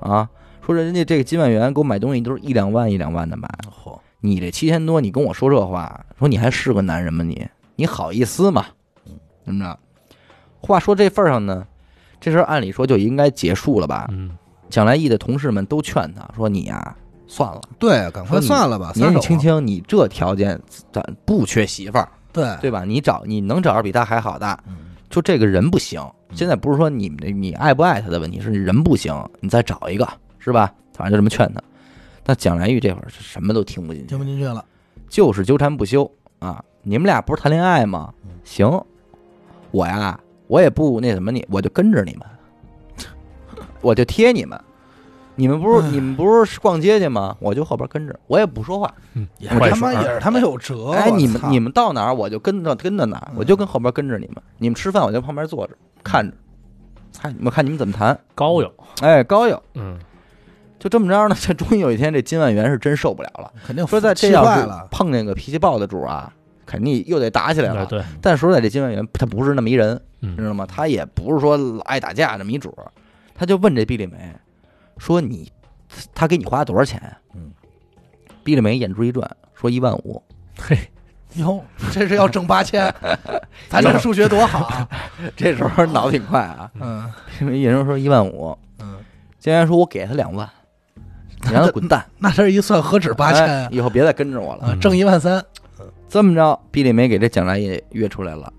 啊，说人家这个金万元给我买东西都是一两万一两万的买，
嚯，
你这七千多你跟我说这话，说你还是个男人吗你？你好意思吗？怎么着？话说这份儿上呢，这事儿按理说就应该结束了吧？
嗯，
蒋来义的同事们都劝他说：“你呀、啊算了，
对，啊赶
说
快
你
算了吧，
年
撒
纪
手
轻
吧，
轻，你这条件咱不缺媳妇儿，
对，
对吧？你找你能找着比他还好的，
嗯
就这个人不行。现在不是说你你你爱不爱他的问题，是你人不行，你再找一个，是吧？反正就这么劝他。但蒋来玉这会儿是什么都听不进去
听，不进去了，
就是纠缠不休啊！你们俩不是谈恋爱吗
嗯？
行，我呀，我也不那什么你，我就跟着你们， 我就贴你们。你们不是
唉
你们不是逛街去吗？我就后边跟着，我也不说话。
也是
坏
他
事
妈
儿
也是他妈有辙，
哎，
我
你们
操
你们到哪儿我就跟着跟着哪儿，
嗯
我就跟后边跟着你们。你们吃饭我就旁边坐着看着，看我看你们怎么谈。
高友，
哎，高友
嗯，
就这么着呢。这终于有一天，这金万元是真受不了了，
肯定
说在这
气
要
坏
是
了，
碰见个脾气暴的主啊，肯定又得打起来
对
了。
哎对，
但说实在，这金万元他不是那么一人，你知
嗯，
道吗？他也不是说老爱打架这么一主儿，他就问这毕丽梅说你他给你花多少钱啊？
嗯，
毕丽梅眼珠一转，说一万五。
嘿，
哟，这是要挣八 千，咱这数学多好啊，
哎这时候脑子挺快啊，
嗯
一人说一万五，
嗯，
金源说：“我给他两 万，你让他滚蛋，
那这一算何止 八千
哎嗯
啊
以后别再跟着我了。
啊，挣一万三，
这么着，毕丽梅给这蒋来也约出来了，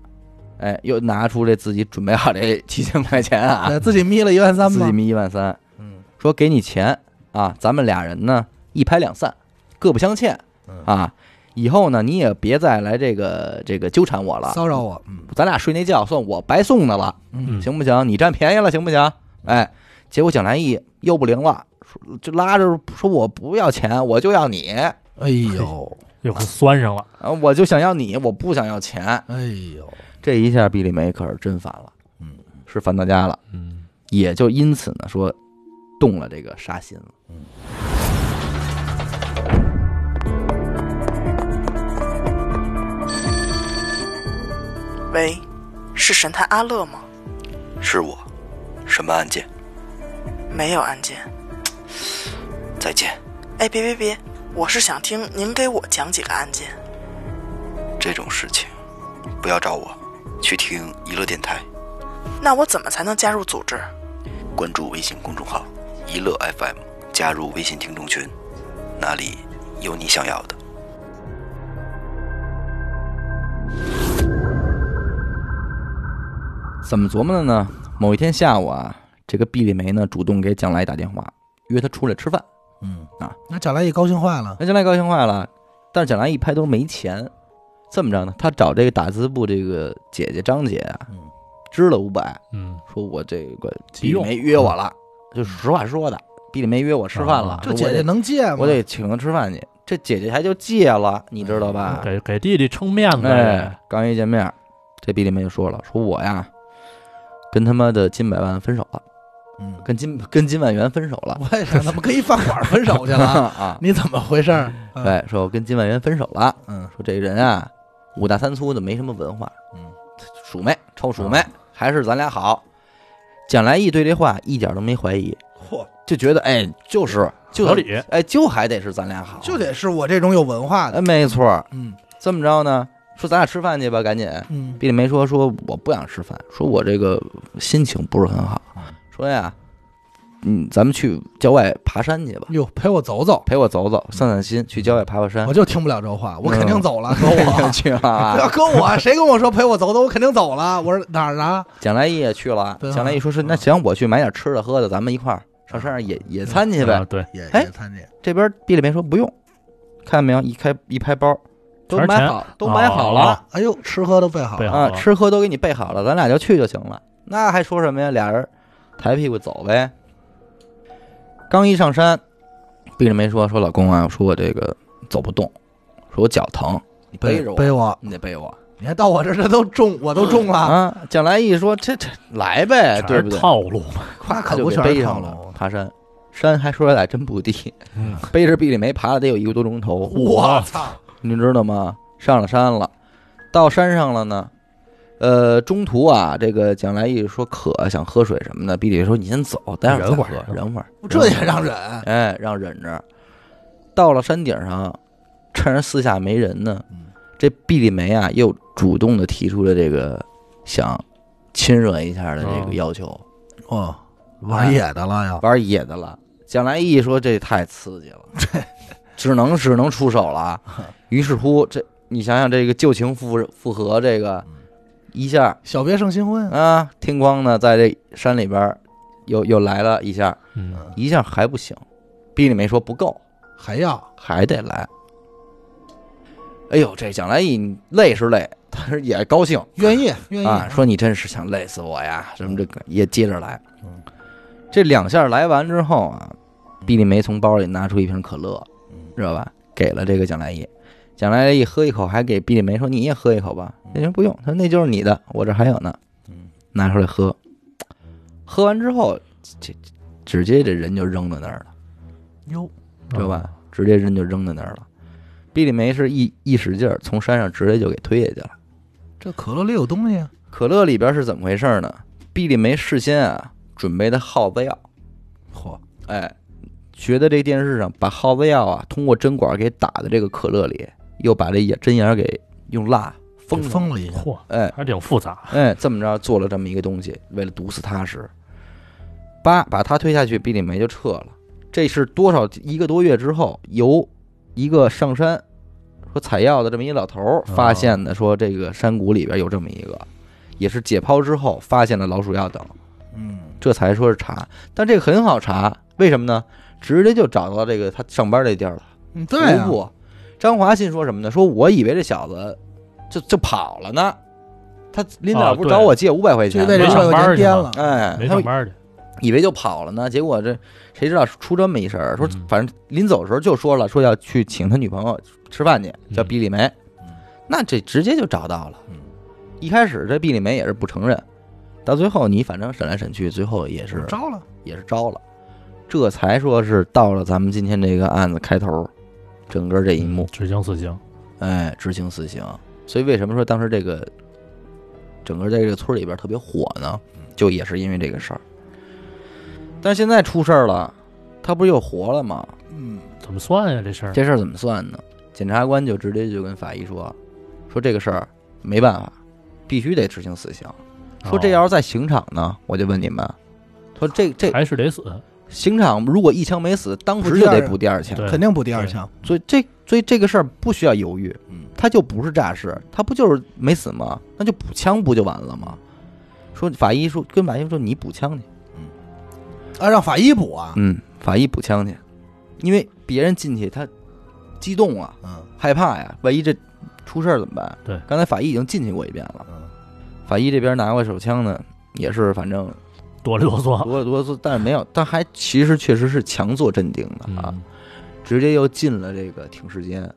哎，又拿出这自己准备好这七千块钱啊，
对自己眯了一万三
自
吧
己，眯一万三，
嗯
说给你钱啊，咱们俩人呢一拍两散，各不相欠
嗯
啊。以后呢，你也别再来这个这个纠缠我了，
骚扰我，嗯
咱俩睡那觉算我白送的了。
嗯，
行不行？你占便宜了行不行？哎，结果蒋来义又不灵了，说就拉着说我不要钱，我就要你，呃
哎呦
又酸上了，
啊，我就想要你，我不想要钱。
哎呦，
这一下毕丽梅可是真烦了，
嗯，
是烦到家了，
嗯，
也就因此呢说动了这个杀心了。
嗯
喂，是神探阿乐吗？
是我，什么案件？
没有案件。
再见，
哎，别别别，我是想听您给我讲几个案件。
这种事情不要找我，去听娱乐电台，
那我怎么才能加入组织？
关注微信公众号“娱乐 FM”，加入微信听众群，那里有你想要的。
怎么琢磨的呢？某一天下午啊，这个毕丽梅呢主动给蒋来打电话，约他出来吃饭。
嗯
啊，
那贾来也高兴坏了，
那蒋来高兴坏了，但是蒋来一拍都没钱，这么着呢，他找这个打字部这个姐姐张姐啊
嗯，
支了五百，
嗯，
说我这个
急
毕丽
用
梅约我了，就实话说的，毕丽梅约我吃饭了
啊，
嗯这
说我
姐姐
得
能借吗？
我得请她吃饭去，这姐姐还就借
嗯
了，你知道吧？
给给弟弟撑面子，
啊哎，刚一见面，这毕丽梅就说了，说我呀，跟他妈的金百万分手了，
嗯，
跟金跟金万元分手了。
我也想怎么跟一饭馆分手去了？
啊，
你怎么回事儿？嗯，
对，说我跟金万元分手了，
嗯
说这人啊，五大三粗的，没什么文化，
嗯，
鼠妹，臭鼠妹，还是咱俩好。蒋来义对这话一点都没怀疑，
嚯，
就觉得哎，就是就
合理
哎，就还得是咱俩好，
就得是我这种有文化
哎，
的。
没错儿。
嗯
这么着呢，说咱俩吃饭去吧，赶紧。
嗯
毕丽梅说说我不想吃饭，说我这个心情不是很好
嗯，
说呀，嗯，咱们去郊外爬山去吧，
哟，陪我走走，
陪我走走，
嗯
散散心，去郊外爬爬山
我。就听不了这话，我肯定
嗯。
走了，哥我
啊去了
要，搁我，谁 跟我说陪我走走，我肯定走了。我说哪儿啊？
蒋来义也去了。
对啊
蒋来义说是那行，我去买点吃的喝的，咱们一块儿上山上野野餐去
啊
呗。
对，
也
哎
也参加。
这边毕丽梅说不用，看见没有，一开一拍包，都
全是
买
钱哦
好，都买好了
哎呦，吃喝都备好
备
了。
啊好
啊，
了
吃喝都给你备好了，咱俩就去就行了。那还说什么呀？俩人抬屁股走呗。刚一上山，毕丽梅说：“说老公啊，说我这个走不动，说我脚疼，你背着我，
哎背我，
你得背我
你看到我这这都中，我都中了。
啊。”蒋来义说：“这这来呗，哎
全
对
是
不对？”
套路嘛，
咵
那可
就
不
给
全是
背上
套
了
路
爬山。山还说来真不低，
嗯
背着毕丽梅爬了得有一个多钟头，
我操！
你知道吗？上了山了，到山上了呢。呃，中途啊，这个蒋来义说渴，想喝水什么的。毕丽说：“你先走，待会儿再
忍会
喝
儿，
忍会儿。”
这也让忍。
哎，让忍着。到了山顶上，趁着四下没人呢
嗯，
这毕丽梅啊又主动的提出了这个想亲热一下的这个
哦
要求，
哦，玩野的了呀！
玩野的了。蒋来义说：“这太刺激了， 只能只能出手了啊。”于是乎，这你想想，这个旧情复复合，这个一下
小别胜新婚，
啊，天光呢在这山里边儿又又来了一下，
嗯，
一下还不行，毕丽梅说不够，
还要
还得来。哎呦，这蒋来义累是累，但是也高兴
愿意愿
啊，
意。
说你真是想累死我呀，什么这个也接着来。这两下来完之后啊，毕丽梅从包里拿出一瓶可乐，知道吧？给了这个蒋来义，蒋来义喝一口，还给毕丽梅说：“你也喝一口吧。”那人不用，他说：“那就是你的，我这还有呢。”拿出来喝，喝完之后，这这直接这人就扔在那儿了。
哟，
知道吧？直接人就扔在那儿了。毕丽梅是一一使劲儿，从山上直接就给推下去了。
这可乐里有东西啊！
可乐里边是怎么回事呢？毕丽梅事先啊准备的耗子药，
嚯，
哎，学的这电视上把耗子药啊通过针管给打在这个可乐里，又把这眼针眼儿给用蜡封
给
上，
封了一下。
嗯嚯，
哎
还挺复杂，
哎，这么着做了这么一个东西，为了毒死他时，八把他推下去，毕丽梅就撤了。这是多少一个多月之后，由一个上山说采药的这么一老头儿发现的，说这个山谷里边有这么一个，也是解剖之后发现了老鼠药等，
嗯，
这才说是查。但这个很好查，为什么呢？直接就找到这个他上班这地儿了。
嗯对啊
徒，步。张华信说什么呢？说我以为这小子就就跑了呢，他拎
啊
俩不是
对
找我借五百块钱
就
吗，
为这
没
事
上
儿
班
给
儿去
颠
嘛
了。
哎，
没
他
上班去，
以为就跑了呢，结果这谁知道出这么一事儿？说
嗯
反正临走的时候就说了，说要去请他女朋友吃饭去，叫
嗯
毕丽梅
嗯，
那这直接就找到了
嗯。
一开始这毕丽梅也是不承认，到最后你反正审来审去，最后也是
招了，
也是招了，这才说是到了咱们今天这个案子开头，整个这一幕，
执行死刑，
哎，执行死刑。所以为什么说当时这个整个在这个村里边特别火呢？
嗯
就也是因为这个事儿。但是现在出事儿了，他不是又活了吗？
嗯，
怎么算呀？这事儿
这事儿怎么算呢？检察官就直接就跟法医说，说这个事儿没办法，必须得执行死刑。说这要
哦
是在刑场呢，我就问你们，说这这
还是得死，
刑场如果一枪没死，当时就得补第二枪，
对，
肯定不第二枪，
所以这所以这个事儿不需要犹豫，
嗯，
他就不是诈尸，他不就是没死吗？那就补枪不就完了吗？说法医说跟法医说你补枪去，
啊，让法医补啊，
嗯，法医补枪去，因为别人进去他激动啊，
嗯
害怕呀，万一这出事儿怎么办？
对
刚才法医已经进去过一遍了，
嗯，
法医这边拿过手枪呢，也是反正
哆里哆嗦
哆哆嗦，但是没有，但还其实确实是强作镇定的啊，
嗯，
直接又进了这个停尸间，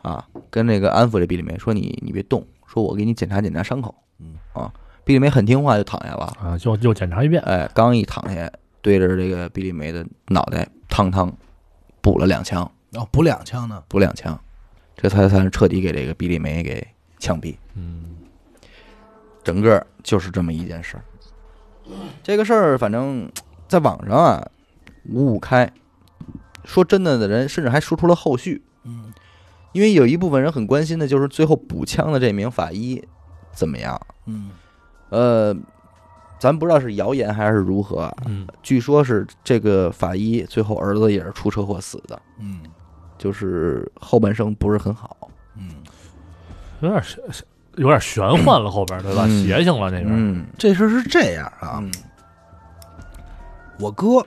啊，跟那个安抚这毕丽梅说你你别动，说我给你检查检查伤口，
嗯
啊，毕丽梅很听话就躺下了，
啊，又又检查一遍，
哎，刚一躺下，对着这个毕丽梅的脑袋汤汤补了两枪，
哦，补两枪呢，
补两枪，这才算是彻底给这个毕丽梅给枪毙，
嗯，
整个就是这么一件事儿。这个事儿反正在网上啊五五开，说真的的人甚至还说出了后续。
嗯，
因为有一部分人很关心的就是最后补枪的这名法医怎么样？
嗯，
呃，咱不知道是谣言还是如何啊，
嗯，
据说是这个法医最后儿子也是出车祸死的，
嗯
就是后半生不是很好。
嗯，
有点玄有点玄幻了，后边对吧？
嗯
邪性了那边，
嗯
这事儿是这样啊，
嗯
我哥，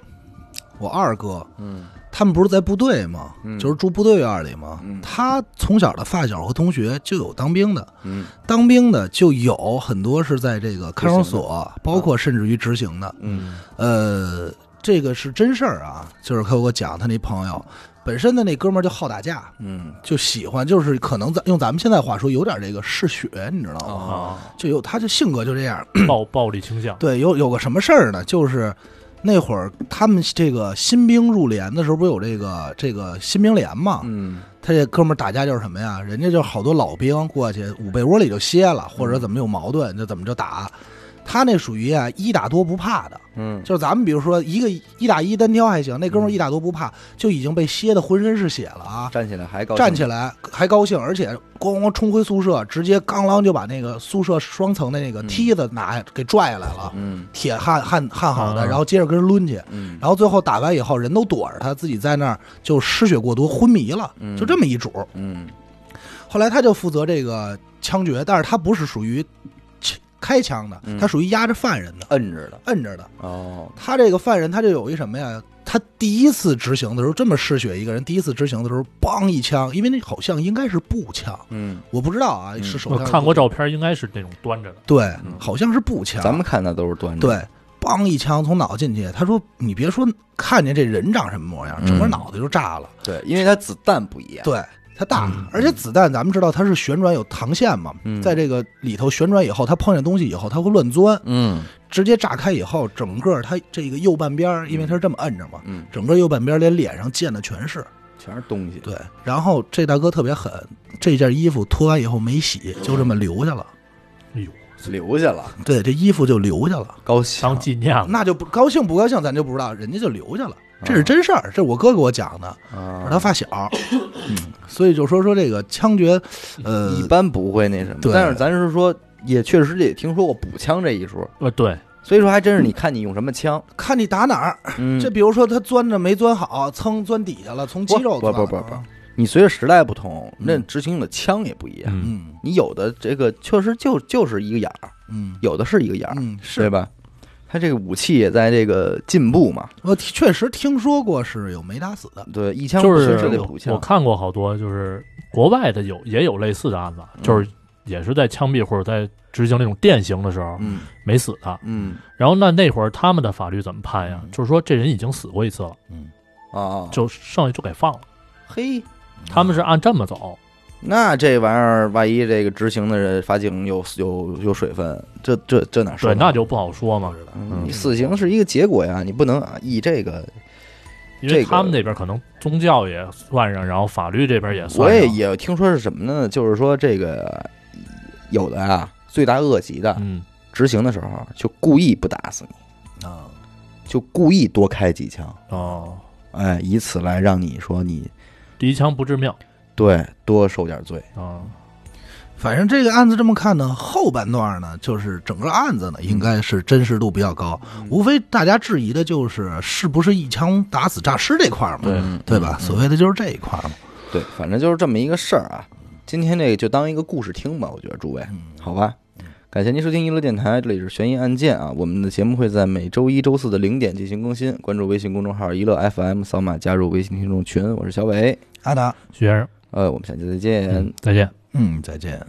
我二哥，
嗯
他们不是在部队吗？
嗯
就是住部队院里嘛。
嗯
他从小的发小和同学就有当兵的，
嗯
当兵的就有很多是在这个看守所，包括甚至于执行的。
嗯
呃，这个是真事儿啊，就是他给我讲他那朋友，本身的那哥们儿就好打架，
嗯
就喜欢就是可能咱用咱们现在话说有点这个嗜血，你知道吗？
啊
就有他就性格就这样。
嗯
暴暴力倾向，
对，有有个什么事儿呢？就是那会儿他们这个新兵入连的时候，不是有这个这个新兵连嘛？
嗯
他这哥们儿打架就是什么呀？人家就好多老兵过去捂被窝里就歇了，或
嗯
者怎么有矛盾就怎么就打。他那属于啊一打多不怕的，
嗯
就是咱们比如说一个一打一单挑还行，那哥们儿一打多不怕，就已经被歇的浑身是血了啊！
站起来还高兴
站起来还高兴，而且咣咣冲回宿舍，直接刚啷就把那个宿舍双层的那个
嗯
梯子拿给拽来了，
嗯
铁焊焊焊好的，
啊
然后接着跟人抡去，
嗯
然后最后打完以后，人都躲着他，自己在那儿就失血过多昏迷了，
嗯
就这么一主。
嗯
后来他就负责这个枪决，但是他不是属于切开枪的
嗯，
他属于压着犯人的，
摁着的
摁着的。
哦
他这个犯人他就有一什么呀？他第一次执行的时候这么嗜血，一个人第一次执行的时候，梆一枪，因为那好像应该是步枪，
嗯，
我不知道啊，
嗯
是手
我
枪。
看过照片，应该是那种端着的，
对
嗯，
好像是步枪。
咱们看的都是端着
对，梆一枪从脑进去。他说：“你别说看见这人长什么模样，
嗯
整个脑袋就炸了。
对对，因为它子弹不一样，
对，它大
嗯，
而且子弹咱们知道它是旋转有膛线嘛，
嗯
在这个里头旋转以后，它碰见东西以后，它会乱钻，
嗯
直接炸开以后，整个它这个右半边儿，因为它是这么摁着嘛，
嗯
整个右半边儿连脸上溅的全是。
全是东西，
对，然后这大哥特别狠，这件衣服脱完以后没洗，就这么留下了。
哎呦，
留下了
对，这衣服就留下了。”
高兴
当纪念
啊嗯
了，
那就不高兴不高兴，咱就不知道，人家就留下了，这是真事儿，这是我哥给我讲的，
啊
是他 发小，嗯，所以就说说这个枪决，呃，
一般不会那什么。
对
但是咱是说，也确实也听说过补枪这一说，
呃，对，
所以说还真是你看你用什么枪。
看你打哪儿，
嗯，
这比如说他钻着没钻好，噌钻底下了，从肌肉
不
钻
不
了
不不，你随着时代不同，那执行的枪也不一样。
嗯，
嗯
你有的这个确实就就是一个眼儿，
嗯
有的是一个眼儿，
嗯，
啊对
是
吧？它这个武器也在这个进步嘛。
我听确实听说过是有没打死的，
对，一枪
就
不行
是
得补
我
枪。
看过好多，就是国外的有也有类似的案子，
嗯
就是也是在枪毙或者在执行那种电刑的时候
嗯
没死的，
嗯
然后那那会儿他们的法律怎么判呀？就是说这人已经死过一次了，
啊，
就剩下就给放了。
嘿，
他们是按这么走，
那这玩意儿万一这个执行的人法警有有有水分，这这这哪说
对，
呢？
那就不好说嘛，
嗯你死刑是一个结果呀，你不能啊以这个。
因为
这个
他们那边可能宗教也算上，然后法律这边也算
我
上。
也也听说是什么呢？就是说这个有的啊，罪大恶极的
嗯，
执行的时候就故意不打死你，
啊，
就故意多开几枪，
哦，
哎，以此来让你说你
第一枪不致命
对多受点罪。
啊，
反正这个案子这么看呢，后半段呢，就是整个案子呢，应该是真实度比较高，
嗯
无非大家质疑的就是是不是一枪打死诈尸这块儿嘛，
对
嗯
对吧？所谓的就是这一块儿嘛。
对，反正就是这么一个事儿啊。今天这个就当一个故事听吧，我觉得诸位，好吧。感谢您收听娱乐电台，这里是悬疑案件啊。我们的节目会在每周一周四的零点进行更新，关注微信公众号“娱乐 FM”，扫码加入微信听众群。我是小伟，
阿达，
徐先生，
呃，我们下期再见。
嗯，再见。
嗯，再见。